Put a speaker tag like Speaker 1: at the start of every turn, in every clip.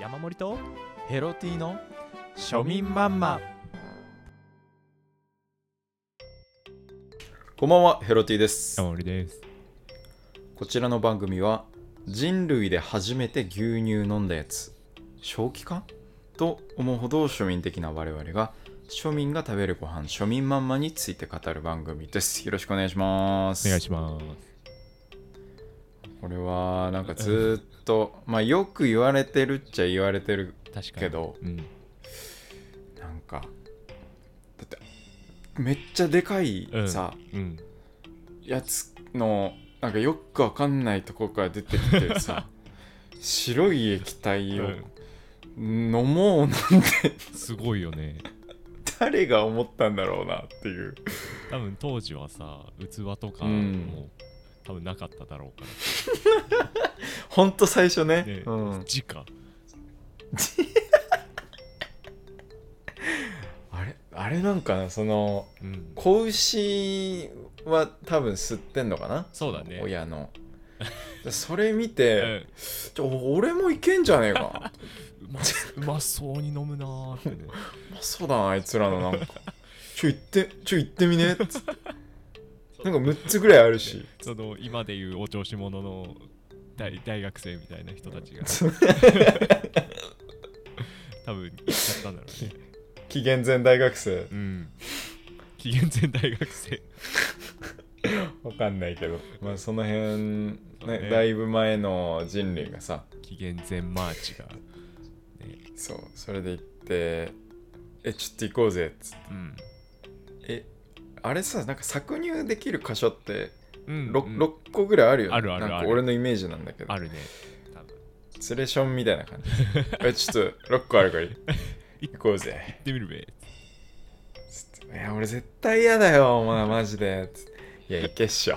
Speaker 1: 山盛りと
Speaker 2: ヘロティの庶民マンマ
Speaker 3: こんばんは、ヘロティです。
Speaker 1: 山盛りです
Speaker 3: こちらの番組は、人類で初めて牛乳飲んだやつ、正気かと思うほど庶民的な我々が、庶民が食べるご飯、庶民まんまについて語る番組です。よろしくお願いします。
Speaker 1: お願いします
Speaker 3: これは、なんかずーっと、まあよく言われてるっちゃ言われてる
Speaker 1: 確かに
Speaker 3: けど、
Speaker 1: うん
Speaker 3: なんか、だって、めっちゃでかい
Speaker 1: うん
Speaker 3: さ、
Speaker 1: うん
Speaker 3: やつのなんかよくわかんないとこから出てきて さ白い液体を飲もうなんて
Speaker 1: すごいよね
Speaker 3: 誰が思ったんだろうなっていう
Speaker 1: 多分当時はさ器とかも、
Speaker 3: うん
Speaker 1: 多分なかっただろうか
Speaker 3: ほんと最初ね
Speaker 1: らね、
Speaker 3: うん、
Speaker 1: 直
Speaker 3: あれあれなんかなその
Speaker 1: うん
Speaker 3: 子牛は多分吸ってんのかな
Speaker 1: そうだね
Speaker 3: 親のそれ見
Speaker 1: う
Speaker 3: て、
Speaker 1: ん
Speaker 3: ちょ俺もいけんじゃねえか
Speaker 1: うまうまそうに飲むなーってね
Speaker 3: う まそうだなあいつらのなんかちょ行ってちょ行ってみねっつってなんか6つぐらいあるし
Speaker 1: その今でいうお調子者の大大学生みたいな人たちが 多分行っちゃったんだろうね
Speaker 3: 紀元前大学生
Speaker 1: うん紀元前大学生
Speaker 3: わかんないけどまあその辺ね
Speaker 1: そうね
Speaker 3: だいぶ前の人類がさ
Speaker 1: 紀元前マーチが
Speaker 3: そうそれで行ってえちょっと行こうぜっつって
Speaker 1: うん
Speaker 3: えあれさなんか搾乳できる箇所って
Speaker 1: うん、
Speaker 3: 6,、
Speaker 1: うん
Speaker 3: 六個ぐらいあるよね
Speaker 1: あるあるある
Speaker 3: なんか俺のイメージなんだけど
Speaker 1: あるね多分
Speaker 3: ツレションみたいな感じえちょっと6個あるから行こうぜ
Speaker 1: 行ってみるべ
Speaker 3: つっていや俺絶対嫌だよお前マジでつっていや行けっしょ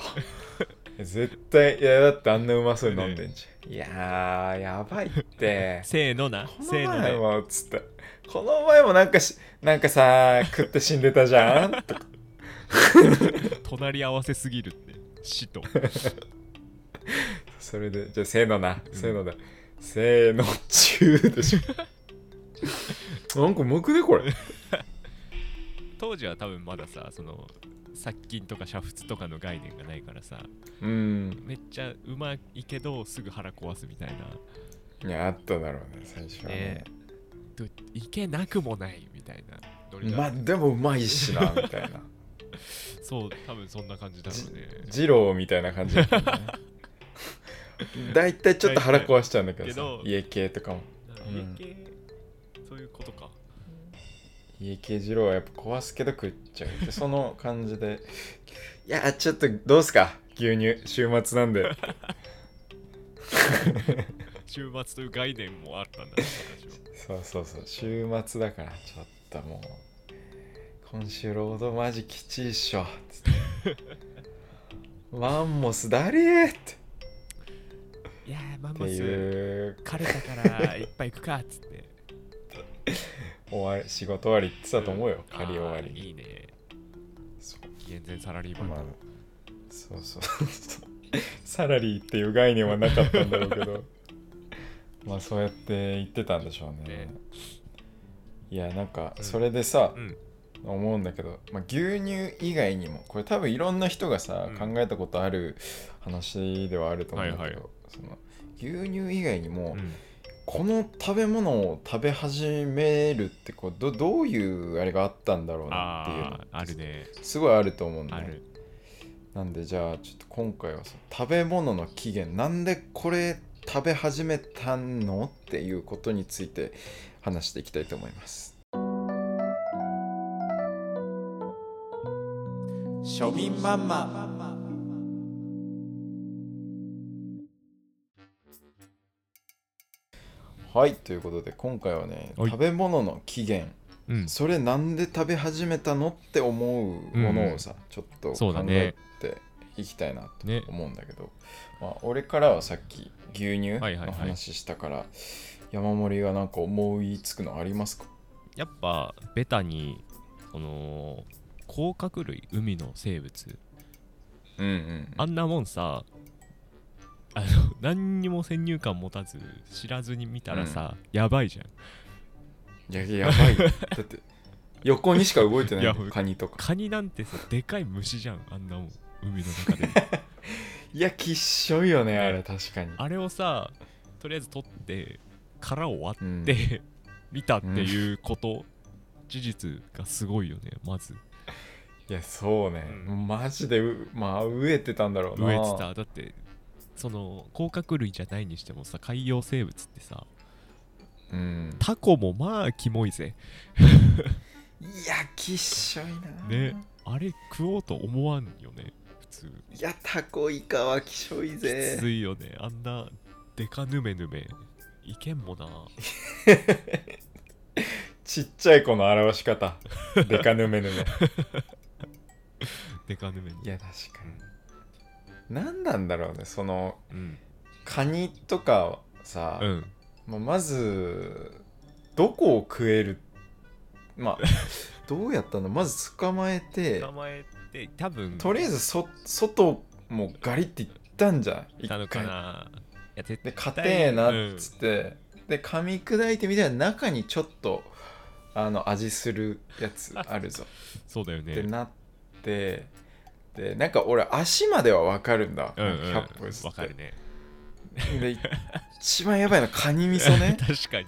Speaker 3: 絶対いやだってあんなうまそうに飲んでんじゃん、いやーやばい って
Speaker 1: せーのな
Speaker 3: こ
Speaker 1: せー
Speaker 3: の
Speaker 1: の
Speaker 3: 前
Speaker 1: で
Speaker 3: もつってこの前もなんかしなんかさ食って死んでたじゃん とか
Speaker 1: 隣り合わせすぎるって死 と
Speaker 3: それでじゃあせーのな、せーのだせーの中でし ょなんか無くねこれ
Speaker 1: 当時は多分まださその殺菌とか煮沸とかの概念がないからさ
Speaker 3: うん
Speaker 1: めっちゃうまいけどすぐ腹壊すみたい
Speaker 3: いやあっただろうね最初
Speaker 1: な
Speaker 3: は
Speaker 1: ね
Speaker 3: ね
Speaker 1: どいけなくもないみたいなノリだ
Speaker 3: まあでもうまいしなみたいな
Speaker 1: そう多分そんな感じだろうね
Speaker 3: 二郎みたいな感じだったんだね 大体ちょっと腹壊しちゃうんだけどさ
Speaker 1: けど
Speaker 3: 家系とかもうん
Speaker 1: 家系、そういうことか
Speaker 3: 家系二郎はやっぱ壊すけど食っちゃうでその感じで「いやちょっとどうすか牛乳週末なんで
Speaker 1: 週末という概念もあったんだね私は」
Speaker 3: そうそうそう週末だからちょっともう今週労働マジきちいっしょつって「マンモスだりえ!」って
Speaker 1: いやーマン
Speaker 3: って
Speaker 1: モス
Speaker 3: いう
Speaker 1: 枯れたからいっぱい行くかっつ って
Speaker 3: 終わり仕事終わりって言ってたと思うよ仮終わり
Speaker 1: あーい
Speaker 3: に
Speaker 1: いね
Speaker 3: そう
Speaker 1: 紀元前サラリーマン、
Speaker 3: まあそうそう サラリーっていう概念はなかったんだろうけ どまあそうやって言ってたんでしょうね
Speaker 1: ね
Speaker 3: いやなんか
Speaker 1: うん
Speaker 3: それでさ、
Speaker 1: うん
Speaker 3: 思うんだけど、まあ、牛乳以外にもこれ多分いろんな人がさ、
Speaker 1: うん
Speaker 3: 考えたことある話ではあると思うんだけど、
Speaker 1: はいはい
Speaker 3: その牛乳以外にも、
Speaker 1: うん
Speaker 3: この食べ物を食べ始めるってこうどどういうあれがあったんだろうなっていうの
Speaker 1: あああるね
Speaker 3: すごいあると思うんだ
Speaker 1: あ
Speaker 3: よね
Speaker 1: る
Speaker 3: なんでじゃあちょっと今回はその食べ物の起源なんでこれ食べ始めたのっていうことについて話していきたいと思います
Speaker 2: 庶民マンマ
Speaker 3: はいということで今回はね
Speaker 1: はい
Speaker 3: 食べ物の起源
Speaker 1: うん
Speaker 3: それなんで食べ始めたのって思うものをさ、ちょっと
Speaker 1: そう
Speaker 3: 考
Speaker 1: だね
Speaker 3: えていきたいなと
Speaker 1: ね
Speaker 3: 思うんだけどまあ、俺からはさっき牛乳
Speaker 1: はいはいは
Speaker 3: の
Speaker 1: い
Speaker 3: 話したから、山盛りがなんか思いつくのありますか
Speaker 1: やっぱベタにその甲殻類海の生物
Speaker 3: うんうん
Speaker 1: あんなもんさあの 何にも先入観持たず知らずに見たらさ、やばいじゃん
Speaker 3: いややばいだって横にしか動いてないい
Speaker 1: や
Speaker 3: もんカニとか
Speaker 1: カニなんてさでかい虫じゃんあんなもん海の中で
Speaker 3: いやきっしょいよねあれ確かに
Speaker 1: あれをさとりあえず取って殻を割
Speaker 3: うん
Speaker 1: って、 見たっていうこと、事実がすごいよねまず
Speaker 3: いやそうね、
Speaker 1: うん
Speaker 3: マジでうまあ飢えてたんだろうな
Speaker 1: 植えてただってその甲殻類じゃないにしてもさ海洋生物ってさ
Speaker 3: うん
Speaker 1: タコもまあキモいぜ
Speaker 3: いやきっしょいな
Speaker 1: ねあれ食おうと思わんよね普通
Speaker 3: いやタコイカはきっしょい
Speaker 1: きついよねあんなデカヌメヌメいけん もな
Speaker 3: ちっちゃい子の表し 方デカヌメヌメ
Speaker 1: デカヌメに
Speaker 3: いや確かに何なんだろうねその
Speaker 1: うん
Speaker 3: カニとかさ、
Speaker 1: うん
Speaker 3: まあまずどこを食えるまあ どうやったのまず捕まえて
Speaker 1: 捕まえて多分
Speaker 3: とりあえずそ外もうガリっていったんじゃん
Speaker 1: たの
Speaker 3: 一
Speaker 1: か
Speaker 3: 回
Speaker 1: ないや絶
Speaker 3: で
Speaker 1: 対
Speaker 3: 硬えな
Speaker 1: うん
Speaker 3: っつって、で噛み砕いてみたら中にちょっとあの味するやつあるぞ
Speaker 1: そうだよ
Speaker 3: って
Speaker 1: ね
Speaker 3: なってでなんか俺足までは分かるんだ、
Speaker 1: うんうん
Speaker 3: 100歩譲
Speaker 1: わ
Speaker 3: っ
Speaker 1: か
Speaker 3: て
Speaker 1: るね
Speaker 3: で一番やばいのはカニ味噌ね
Speaker 1: 確かに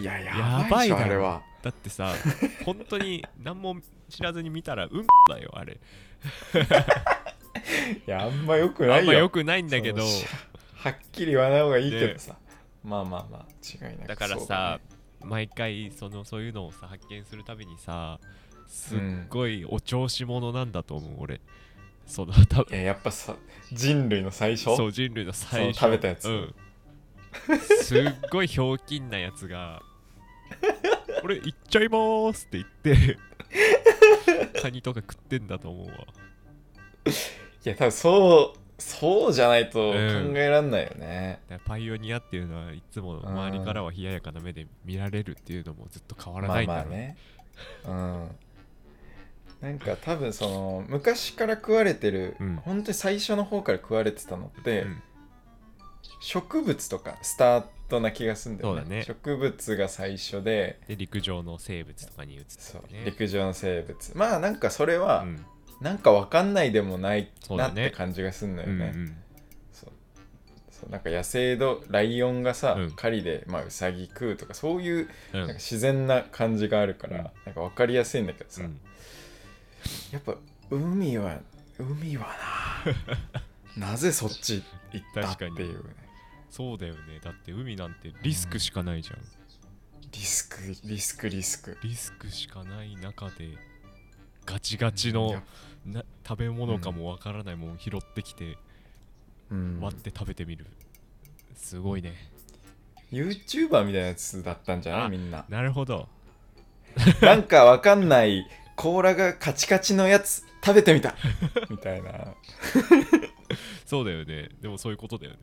Speaker 3: いややばい
Speaker 1: や
Speaker 3: よ
Speaker 1: ばいだろ
Speaker 3: あれは
Speaker 1: だってさ 本当に何も知らずに見たらうんだよあれ
Speaker 3: いやあんまよく
Speaker 1: あ
Speaker 3: なんい
Speaker 1: ま
Speaker 3: よ
Speaker 1: よくないんだけど
Speaker 3: そのしはっきり言わない方がいいけどさ、まあまあまあ違いなく
Speaker 1: だから
Speaker 3: そう
Speaker 1: さ、毎回そのそういうのをさ発見するたびにさすっ
Speaker 3: うん
Speaker 1: ごいお調子者なんだと思う、俺その多分
Speaker 3: いややっぱさ人類の最初
Speaker 1: そう人類の最初
Speaker 3: その食べたやつ
Speaker 1: うん、すっごいひょうきんなや つが「俺行っちゃいまーす」って言ってカニとか食ってんだと思うわ
Speaker 3: いや多分そうそうじゃないと考
Speaker 1: うん
Speaker 3: えらんないよね、
Speaker 1: だからパイオニアっていうのはいつも周りからは冷ややかな目で見られるっていうのもずっと変わら
Speaker 3: ま
Speaker 1: な
Speaker 3: あ
Speaker 1: いんだ
Speaker 3: まあ
Speaker 1: ろう、
Speaker 3: ねうんなんか多分その昔から食われてる、
Speaker 1: うん
Speaker 3: 本当に最初の方から食われてたのって、
Speaker 1: うん
Speaker 3: 植物とかスタートな気がするんだよね
Speaker 1: そうだね
Speaker 3: 植物が最初で
Speaker 1: で陸上の生物とかに移って
Speaker 3: そう、
Speaker 1: ね
Speaker 3: 陸上の生物まあなんかそれ
Speaker 1: う
Speaker 3: は、
Speaker 1: ん
Speaker 3: なんかわかんないでもない
Speaker 1: そう
Speaker 3: な
Speaker 1: だ
Speaker 3: っ
Speaker 1: ね
Speaker 3: て感じがすんのよ
Speaker 1: うんう
Speaker 3: ね
Speaker 1: ん
Speaker 3: そうそうなんか野生のライオンがさ、
Speaker 1: うん
Speaker 3: 狩りで、まあ、ウサギ食うとかそういう
Speaker 1: うん
Speaker 3: なんか自然な感じがあるから、
Speaker 1: うん
Speaker 3: なんか分かりやすいんだけどさ、
Speaker 1: うん
Speaker 3: やっぱ海は海は ななぜそっち行ったっ
Speaker 1: 確
Speaker 3: て
Speaker 1: か
Speaker 3: い
Speaker 1: に
Speaker 3: うね
Speaker 1: そうだよねだって海なんてリスクしかないじゃん、
Speaker 3: リスクリスクリスク
Speaker 1: リスクしかない中でガチガチの
Speaker 3: やっ
Speaker 1: な食べ物かもわからないもん拾ってきて
Speaker 3: うん、
Speaker 1: 割って食べてみる、すごいね
Speaker 3: YouTuber みたいなやつだったんじゃな
Speaker 1: あ
Speaker 3: いみんな
Speaker 1: なるほど
Speaker 3: なんかわかんない甲羅がカチカチのやつ食べてみ たみたいな
Speaker 1: そうだよねでもそういうことだよね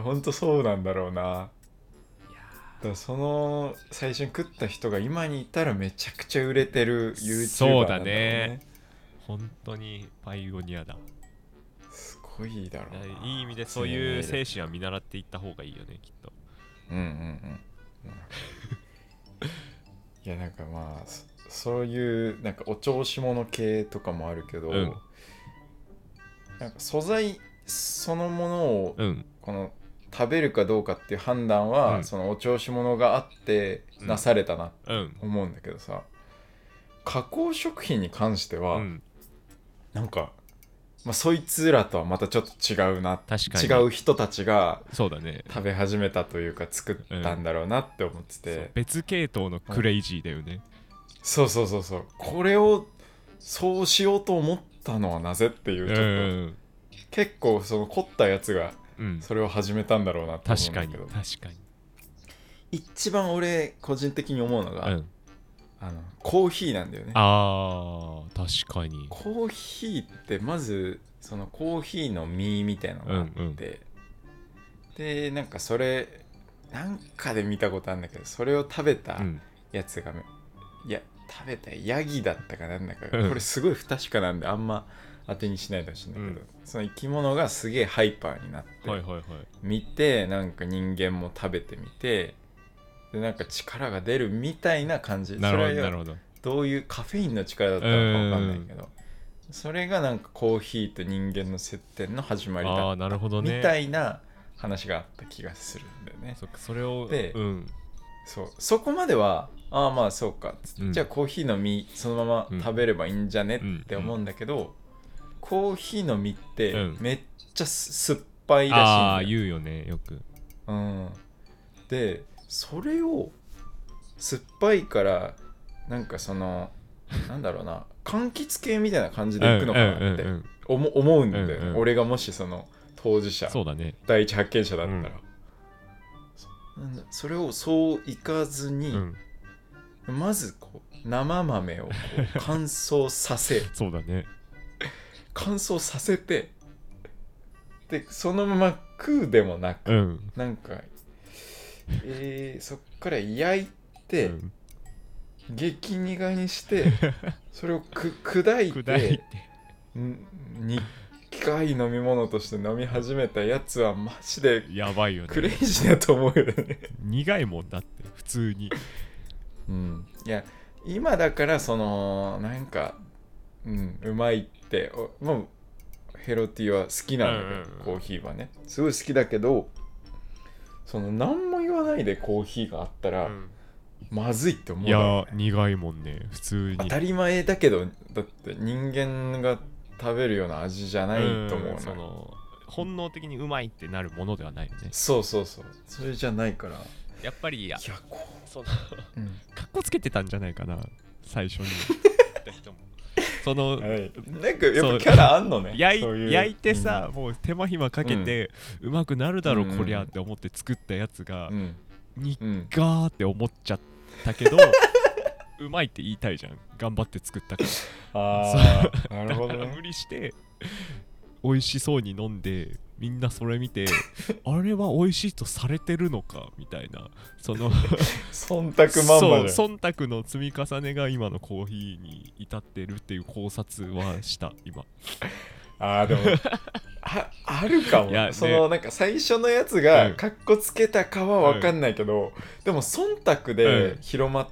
Speaker 3: ほんとそうなんだろうなだからその最初に食った人が今にいたらめちゃくちゃ売れてる YouTuber
Speaker 1: そう
Speaker 3: な
Speaker 1: だ
Speaker 3: んだろう
Speaker 1: ね本当にパイオニアだ
Speaker 3: すごいだろうない
Speaker 1: いい意味でそういう精神は見習っていった方がいいよねきっと
Speaker 3: うんうんうんうんいやなんかまあそそういうなんかお調子者系とかもあるけど、
Speaker 1: うん
Speaker 3: なんか素材そのものを
Speaker 1: うん
Speaker 3: この食べるかどうかっていう判断は、
Speaker 1: うん
Speaker 3: そのお調子者があって
Speaker 1: うん
Speaker 3: なされたなって
Speaker 1: うん
Speaker 3: 思うんだけどさ、加工食品に関して
Speaker 1: う
Speaker 3: は、
Speaker 1: ん
Speaker 3: なんか、まあ、そいつらとはまたちょっと違うな
Speaker 1: 確かに
Speaker 3: 違う人たちが
Speaker 1: そうだね
Speaker 3: 食べ始めたというか作ったんだろうなって思ってて、
Speaker 1: そう別系統のクレイジーだよね、
Speaker 3: そうそうそうそうこれをそうしようと思ったのはなぜっていうう、
Speaker 1: ん
Speaker 3: ちょっと結構その凝ったやつが
Speaker 1: うん
Speaker 3: それを始めたんだろうなって思う
Speaker 1: 確
Speaker 3: ん
Speaker 1: か
Speaker 3: だ
Speaker 1: に
Speaker 3: けど
Speaker 1: 確かに
Speaker 3: 一番俺個人的に思うのが、
Speaker 1: うん
Speaker 3: あのコーヒーなんだよね
Speaker 1: あー確かに
Speaker 3: コーヒーってまずそのコーヒーの実みたいなのがあって、
Speaker 1: うんうん
Speaker 3: でなんかそれなんかで見たことあるんだけどそれを食べた
Speaker 1: うん
Speaker 3: やつがめ、いや食べたヤギだったかなんだか
Speaker 1: うん
Speaker 3: これすごい不確かなんであんま当てにしないでほしいんだけど、その生き物がすげえハイパーになって、
Speaker 1: はいはいはい
Speaker 3: 見てなんか人間も食べてみてでなんか力が出るみたいな感じ
Speaker 1: なるほ
Speaker 3: そ
Speaker 1: ど
Speaker 3: れ
Speaker 1: な
Speaker 3: は
Speaker 1: るほど
Speaker 3: どういうカフェインの力だったのかわかんないけど、それがなんかコーヒーと人間の接点の始まり
Speaker 1: あ
Speaker 3: だ
Speaker 1: あ
Speaker 3: っ
Speaker 1: なるほ
Speaker 3: た
Speaker 1: どね
Speaker 3: みたいな話があった気がするんだよね
Speaker 1: そっかそれを
Speaker 3: で
Speaker 1: うん
Speaker 3: そうそこまではああまあそうか、つって
Speaker 1: うん
Speaker 3: じゃあコーヒーの実そのまま食べればいいんじゃね
Speaker 1: うん
Speaker 3: って思うんだけど、コーヒーの実って
Speaker 1: うん
Speaker 3: めっちゃす酸っぱいらしいんだよ
Speaker 1: ああ言うよねよく
Speaker 3: うん、でそれを酸っぱいからなんかそのなんだろうな柑橘系みたいな感じでいくのかなって
Speaker 1: うんうんうんうん
Speaker 3: 思思うんだよね、
Speaker 1: うんうん
Speaker 3: 俺がもしその当事者
Speaker 1: そうだね
Speaker 3: 第一発見者だったら、
Speaker 1: うん
Speaker 3: そなんだそれをそういかず
Speaker 1: う
Speaker 3: に、
Speaker 1: ん
Speaker 3: まずこう生豆をこう乾燥させ
Speaker 1: そうだね
Speaker 3: 乾燥させてでそのまま食うでもなく
Speaker 1: うん
Speaker 3: なんか、えー、そっから焼いて、
Speaker 1: うん
Speaker 3: 激苦にして、 それをく砕い
Speaker 1: 砕
Speaker 3: て
Speaker 1: いて、
Speaker 3: ん苦い飲み物として飲み始めたやつはマジで
Speaker 1: やばいよ
Speaker 3: クレイ
Speaker 1: ね
Speaker 3: ジーだと思うよね。
Speaker 1: 苦いもんだって普通に
Speaker 3: うん、いや、今だからその、なんか、うん、うまいって、おもうヘロティは好きなんだけど、
Speaker 1: うんうんうん
Speaker 3: コーヒーはね。すごい好きだけど、その何も言わないでコーヒーがあったら、まずいって思う
Speaker 1: い
Speaker 3: だ
Speaker 1: や
Speaker 3: ろうね
Speaker 1: ー苦いもんね普通に
Speaker 3: 当たり前だけどだって人間が食べるような味じゃないと思うの
Speaker 1: んそ
Speaker 3: よ
Speaker 1: の本能的にうまいってなるものではないよね
Speaker 3: そうそうそうそれじゃないからい
Speaker 1: やっぱりいや
Speaker 3: やこ
Speaker 1: その
Speaker 3: う、
Speaker 1: かっこつけてたんじゃないかな最 初にその
Speaker 3: はい、なんかやっぱキャラあんのね
Speaker 1: 焼い
Speaker 3: そうう
Speaker 1: 焼いてさ、もう手間暇かけて、うまくなるだろ、
Speaker 3: うん
Speaker 1: こりゃって思って作ったやつが
Speaker 3: う、ん
Speaker 1: にっ
Speaker 3: うん、うん
Speaker 1: がーって思っちゃった けどうまいって言いたいじゃん頑張って作ったから
Speaker 3: ああなるほど
Speaker 1: だから
Speaker 3: ね
Speaker 1: 無理して美味しそうに飲んでみんなそれ 見てあれは美味しいとされてるのかみたいなその
Speaker 3: 忖度まんまじゃ
Speaker 1: そ
Speaker 3: ん
Speaker 1: う忖度の積み重ねが今のコーヒーに至ってるっていう考察はした今
Speaker 3: あーでも ああるかも、
Speaker 1: いやね
Speaker 3: そのなんか最初のやつ
Speaker 1: う
Speaker 3: が
Speaker 1: ん
Speaker 3: かっこつけたかは分かんないけど、でも忖度
Speaker 1: う
Speaker 3: で
Speaker 1: ん
Speaker 3: 広まっ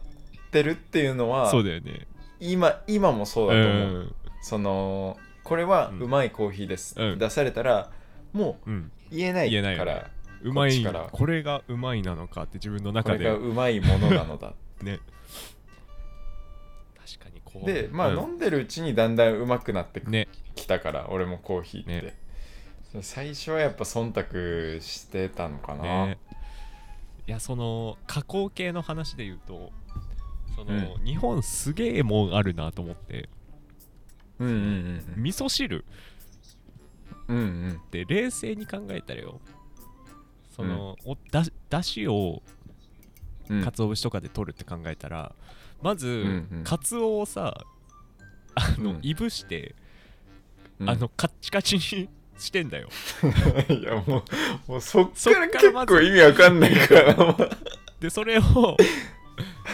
Speaker 3: てるっていうのは、
Speaker 1: そうだよね
Speaker 3: 今今もそううだと思う、
Speaker 1: ん
Speaker 3: そのこれは
Speaker 1: うん
Speaker 3: うまいコーヒーです、
Speaker 1: うん
Speaker 3: 出されたらも
Speaker 1: うん
Speaker 3: う言えない
Speaker 1: 言えない
Speaker 3: か
Speaker 1: よね
Speaker 3: ら
Speaker 1: うまい
Speaker 3: こっちから
Speaker 1: これがうまいなのかって自分の
Speaker 3: こ
Speaker 1: 中
Speaker 3: れ
Speaker 1: で
Speaker 3: がうまいものなのだ
Speaker 1: ね確かにこう
Speaker 3: でまあ
Speaker 1: うん
Speaker 3: 飲んでるうちにだんだんうまくなって
Speaker 1: ね
Speaker 3: きたから、俺もコーヒーって、
Speaker 1: ね
Speaker 3: 最初はやっぱ忖度してたのかな、
Speaker 1: ね、いやその加工系の話で言うとその、日本すげえもんあるなと思って
Speaker 3: うんうん
Speaker 1: 味噌汁
Speaker 3: うんうんうん
Speaker 1: って冷静に考えたらよその、おだしだしを
Speaker 3: うん
Speaker 1: 鰹節とかで取るって考えたら、まず、
Speaker 3: んうん
Speaker 1: 鰹をさあの、
Speaker 3: うん
Speaker 1: いぶして、
Speaker 3: うん
Speaker 1: あのカッチカチに してんだよ
Speaker 3: いやもうもうそっ
Speaker 1: そっ
Speaker 3: から
Speaker 1: から
Speaker 3: 結
Speaker 1: まず
Speaker 3: 構意味わかんないからもう
Speaker 1: でそれを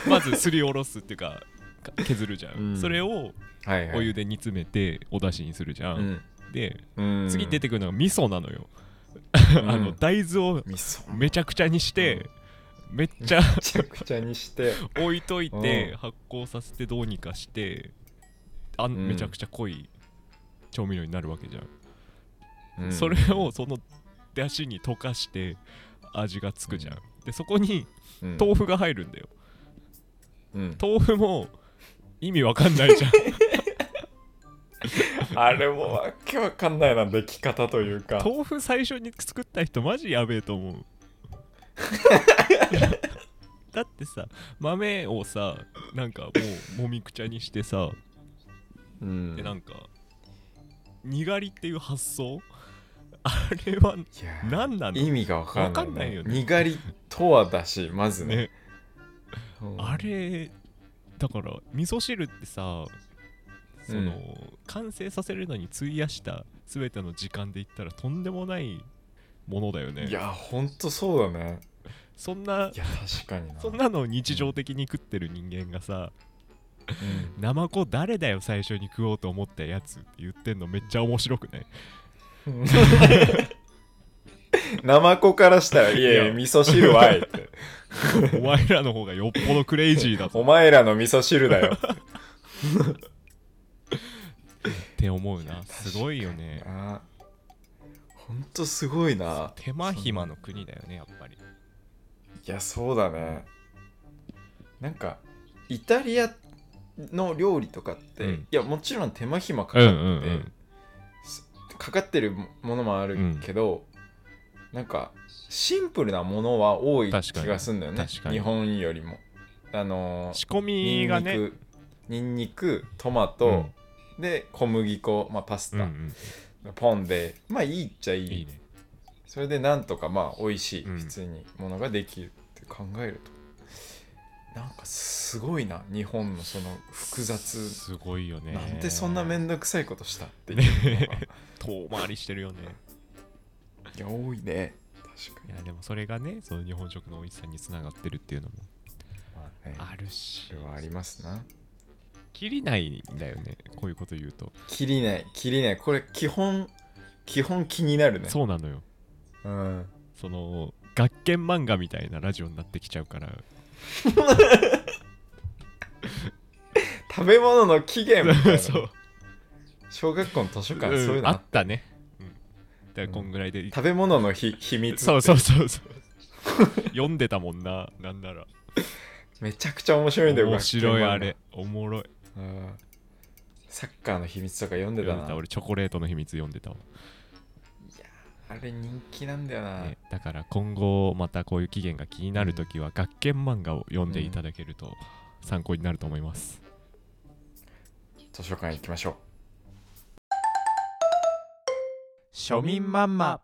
Speaker 1: まずすりおろすっていうかか削るじゃん、
Speaker 3: うん
Speaker 1: それを
Speaker 3: はいはい
Speaker 1: お湯で煮詰めてお出汁にするじゃん、
Speaker 3: うん
Speaker 1: で
Speaker 3: うん
Speaker 1: 次出てくるのが味噌なのよ、
Speaker 3: ん
Speaker 1: あの大豆を
Speaker 3: 味噌め
Speaker 1: めちゃくちゃにして、めっちゃ
Speaker 3: ちゃくちゃにして
Speaker 1: 置いといて、
Speaker 3: うん
Speaker 1: 発酵させてどうにかしてあ、
Speaker 3: ん
Speaker 1: めちゃくちゃ濃い調味料になるわけじゃん、
Speaker 3: うん
Speaker 1: それをその出汁に溶かして味がつくじゃん、
Speaker 3: う
Speaker 1: でそこに
Speaker 3: うん
Speaker 1: 豆腐が入るんだよ
Speaker 3: うん
Speaker 1: 豆腐も意味わかんないじゃん
Speaker 3: あれもわけわかんないな、出来方というか。
Speaker 1: 豆腐最初に作った人マジやべえ と思うだってさ豆をさなんかもうもみくちゃにしてさ
Speaker 3: うん
Speaker 1: でなんかにがりっていう発想あれはい
Speaker 3: や
Speaker 1: 何なの
Speaker 3: 意味がわかんない、
Speaker 1: わかんないよね
Speaker 3: にがりとはだし、まずね。
Speaker 1: ね
Speaker 3: うん
Speaker 1: あれだから味噌汁ってさその、
Speaker 3: う
Speaker 1: 完成させるのに費やした全ての時間で言ったらとんでもないものだよね
Speaker 3: いや、ほんとそうだね。
Speaker 1: そんない
Speaker 3: や、確かにな。
Speaker 1: そんなのを日常的に食ってる人間がさナマコ誰だよ最初に食おうと思ったやつって言ってんのめっちゃ面白くない
Speaker 3: ナマコからしたら、い
Speaker 1: い
Speaker 3: やい
Speaker 1: や
Speaker 3: や、味噌汁はあえて。
Speaker 1: お前らの方がよっぽどクレイジーだぞ
Speaker 3: お前らの味噌汁だよ。
Speaker 1: って思うなすごいよね
Speaker 3: あほんとすごいな。
Speaker 1: 手間暇の国だよねやっぱり
Speaker 3: いや、そうだね。なんか、イタリアの料理とかって、
Speaker 1: うん
Speaker 3: いや、もちろん手間暇かか
Speaker 1: う
Speaker 3: っ
Speaker 1: んう
Speaker 3: て、
Speaker 1: んうん
Speaker 3: かかってるものもあるけど、なんかシンプルなものは多い
Speaker 1: 確かに
Speaker 3: 気がするんだよね
Speaker 1: 確かに
Speaker 3: 日本よりもあのー
Speaker 1: 仕込みがね
Speaker 3: ニンニクニンニクトマ
Speaker 1: う
Speaker 3: ト
Speaker 1: ん、
Speaker 3: で小麦粉、まあ、パス
Speaker 1: うんう
Speaker 3: タ、
Speaker 1: ん
Speaker 3: ポンでまあいいっちゃいい
Speaker 1: いいね
Speaker 3: それでなんとかまあ美味しい
Speaker 1: うん
Speaker 3: 普通にものができるって考えると、なんかすごいな日本のその複雑
Speaker 1: すごいよね
Speaker 3: なんでそんなめんどくさいことしたっていうのが
Speaker 1: 遠回りしてるよね
Speaker 3: いや多いね確か
Speaker 1: いやでもそれがねその日本食の美味しさにつながってるっていうのも
Speaker 3: まあね、
Speaker 1: あるし
Speaker 3: それはありますな。
Speaker 1: 切りないんだよねこういうこと言うと
Speaker 3: 切りない、切りない。これ、基本、基本気になるね。
Speaker 1: そうなのよ
Speaker 3: う。ん。
Speaker 1: その学研漫画みたいなラジオになってきちゃうから
Speaker 3: 食べ物の起源みたいな
Speaker 1: そう
Speaker 3: 小学校の図書館、
Speaker 1: うん
Speaker 3: そういうの
Speaker 1: あ
Speaker 3: あ
Speaker 1: っ
Speaker 3: った
Speaker 1: ね、うん、だからこんぐらいで、
Speaker 3: 食べ物のひ秘密って
Speaker 1: そうそうそうそう 読んでたもんななんなら
Speaker 3: めちゃくちゃ面白いんだよ、
Speaker 1: 面白い
Speaker 3: 学
Speaker 1: あ
Speaker 3: 園漫画
Speaker 1: れ。おもろい
Speaker 3: うんサッカーの秘密とか読んで
Speaker 1: 読
Speaker 3: た
Speaker 1: んで
Speaker 3: な。
Speaker 1: た俺チョコレートの秘密読んでたわ、
Speaker 3: あれ人気なんだよな。
Speaker 1: ね、だから今後またこういう期限が気になるときは学研漫画を読んでいただけると参考になると思います、
Speaker 3: 図書館行きましょう。
Speaker 2: 庶民ママ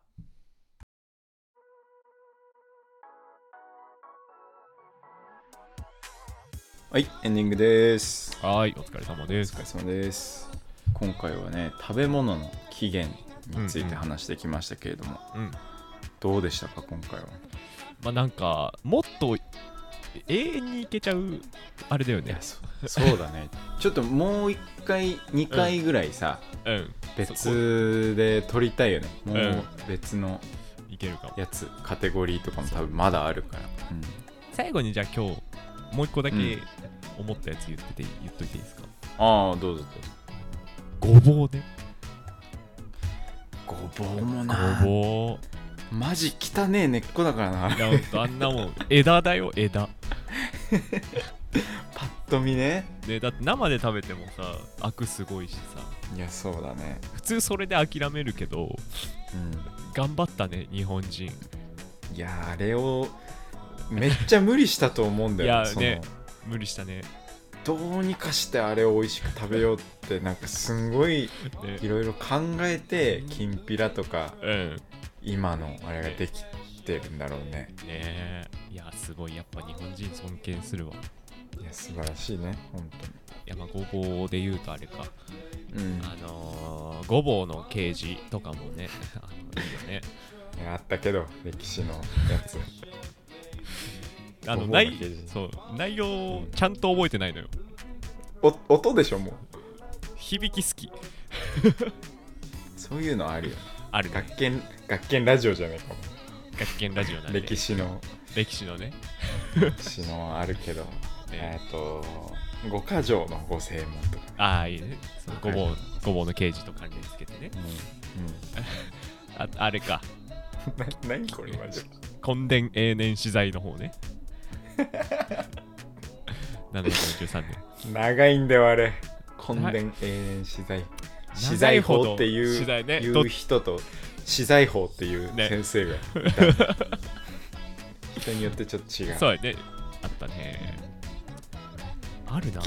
Speaker 3: はい、エンディングです。
Speaker 1: はーいお疲れ様で
Speaker 3: お
Speaker 1: す
Speaker 3: 疲れ様です。今回はね、食べ物の起源について話してきましたけれども、
Speaker 1: うん
Speaker 3: どうでしたか、今回は。
Speaker 1: まあなんかもっと永遠にいけちゃうあれだよ
Speaker 3: いや
Speaker 1: ね
Speaker 3: そそうだね ちょっともう一回2回ぐらいさ、
Speaker 1: うん
Speaker 3: 別で撮りたいよねも
Speaker 1: うん
Speaker 3: う別の
Speaker 1: いけるかも
Speaker 3: やつカテゴリーとかも多分まだあるから、うん
Speaker 1: 最後にじゃあ今日もう一個だけ
Speaker 3: うん
Speaker 1: 思ったやつ言ってて言っといていいですか
Speaker 3: ああどうぞどうぞ
Speaker 1: ごぼうね
Speaker 3: ごぼうも
Speaker 1: ごぼう
Speaker 3: マジ汚ねえ根っこだからない
Speaker 1: やほんとあんなもん枝だよ枝
Speaker 3: パッと見ね
Speaker 1: ねだって生で食べてもさアクすごいしさ
Speaker 3: いやそうだね
Speaker 1: 普通それで諦めるけど
Speaker 3: うん
Speaker 1: 頑張ったね日本人
Speaker 3: いやあれをめっちゃ無理したと思うんだよ
Speaker 1: いやね無理したね
Speaker 3: そのどうにかしてあれを美味しく食べようってなんかすごい
Speaker 1: ね
Speaker 3: いろいろ考えてきんぴらとか
Speaker 1: うん
Speaker 3: 今のあれができてるんだろうね
Speaker 1: ねえいやすごいやっぱ日本人尊敬するわ
Speaker 3: いや素晴らしいね本
Speaker 1: いやまあごぼうで言うとあれか
Speaker 3: 当にうん
Speaker 1: あのー、ごぼうのケージとかもね あのいいよね
Speaker 3: いやあったけど歴史のやつ
Speaker 1: あ
Speaker 3: ごぼ
Speaker 1: の
Speaker 3: うの
Speaker 1: 内
Speaker 3: ケージ
Speaker 1: そう内容をちゃんと覚えてないのよ
Speaker 3: お音でしょもう
Speaker 1: 響き好き
Speaker 3: そういうのあるよ
Speaker 1: あるね
Speaker 3: 学研学研ラジオじゃないかも
Speaker 1: 学研ラジオなんで
Speaker 3: 歴史の
Speaker 1: 歴史のね
Speaker 3: 歴史のあるけどえ
Speaker 1: ね
Speaker 3: っと五箇条の五正門とか
Speaker 1: ああいいねそうごぼうごぼうのケージと関連つけてねああれか
Speaker 3: うん、な 何これマジ
Speaker 1: 根伝永年資材の方 ね743年
Speaker 3: 長いんだよあれ根田永遠資材資材法っていう
Speaker 1: 資材ね
Speaker 3: い
Speaker 1: ど
Speaker 3: う人と資材法っていう
Speaker 1: ね
Speaker 3: 先生がい た人によってちょっと違う
Speaker 1: そうやねあったねあるな
Speaker 3: や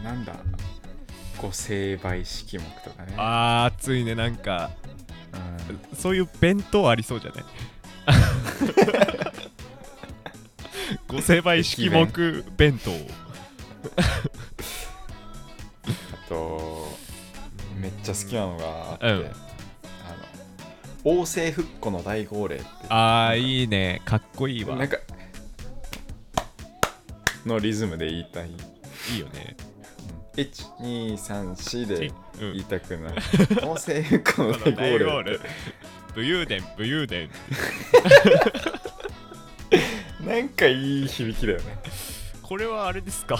Speaker 3: ーなんだ五成倍式目とかね
Speaker 1: あーついねなんか
Speaker 3: うん
Speaker 1: そういう弁当ありそうじゃ ないご成敗式目弁当
Speaker 3: あとめっちゃ好きなのがあって、
Speaker 1: うん
Speaker 3: あの王政復古の大号令って
Speaker 1: あーいいねかっこいいわ
Speaker 3: なんかのリズムで言いたい
Speaker 1: いいよね。
Speaker 3: 1234で
Speaker 1: うん
Speaker 3: 言いたく ない音声不可
Speaker 1: こ
Speaker 3: 能
Speaker 1: の
Speaker 3: でゴ
Speaker 1: 大
Speaker 3: ー
Speaker 1: ゴー
Speaker 3: ル
Speaker 1: ル。武勇伝、武勇伝。
Speaker 3: なんかいい響きだよね
Speaker 1: これはあれですか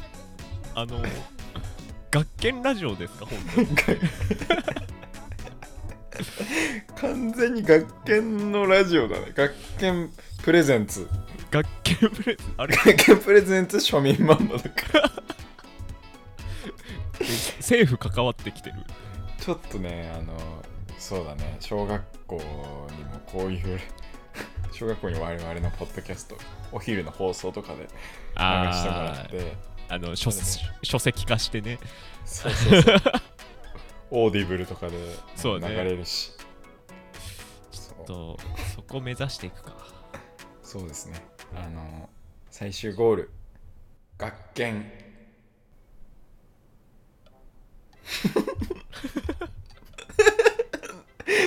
Speaker 1: あの、学研ラジオですか、本当に。
Speaker 3: 完全に学研のラジオだね学研プレゼンツ
Speaker 1: 学研プレあれ
Speaker 3: 学研プレゼンツ庶民マンマだから
Speaker 1: 政府関わってきてる。
Speaker 3: ちょっとねあのそうだね小学校にもこういう小学校に我々のポッドキャストお昼の放送とかで流してもら
Speaker 1: あ
Speaker 3: って
Speaker 1: あ、あの書、書籍化してね。
Speaker 3: そうそうそうオーディブルとかで
Speaker 1: そう
Speaker 3: 流
Speaker 1: ね
Speaker 3: れるしそう
Speaker 1: と、そこ目指していくか。
Speaker 3: そうですねあの最終ゴール学研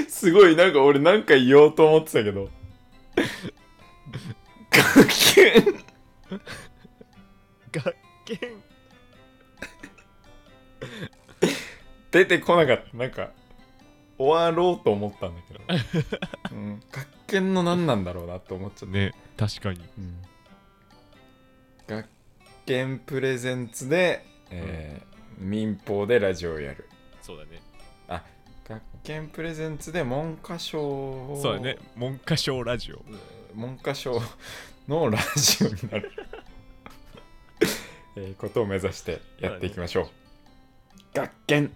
Speaker 3: すごいなんか俺なんか言おうと思ってたけど学研
Speaker 1: 学研
Speaker 3: 出てこなかったなんか終わろうと思ったんだけど、 うん、学研の何なんだろうなと思っちゃった
Speaker 1: ね、確かに。
Speaker 3: うん学研プレゼンツで、えー民放でラジオをやる
Speaker 1: そうだね。
Speaker 3: 学研プレゼンツで文科省を
Speaker 1: そうだね。文科省ラジオ。
Speaker 3: 文科省のラジオになる、 えーことを目指してやっていきましょう学研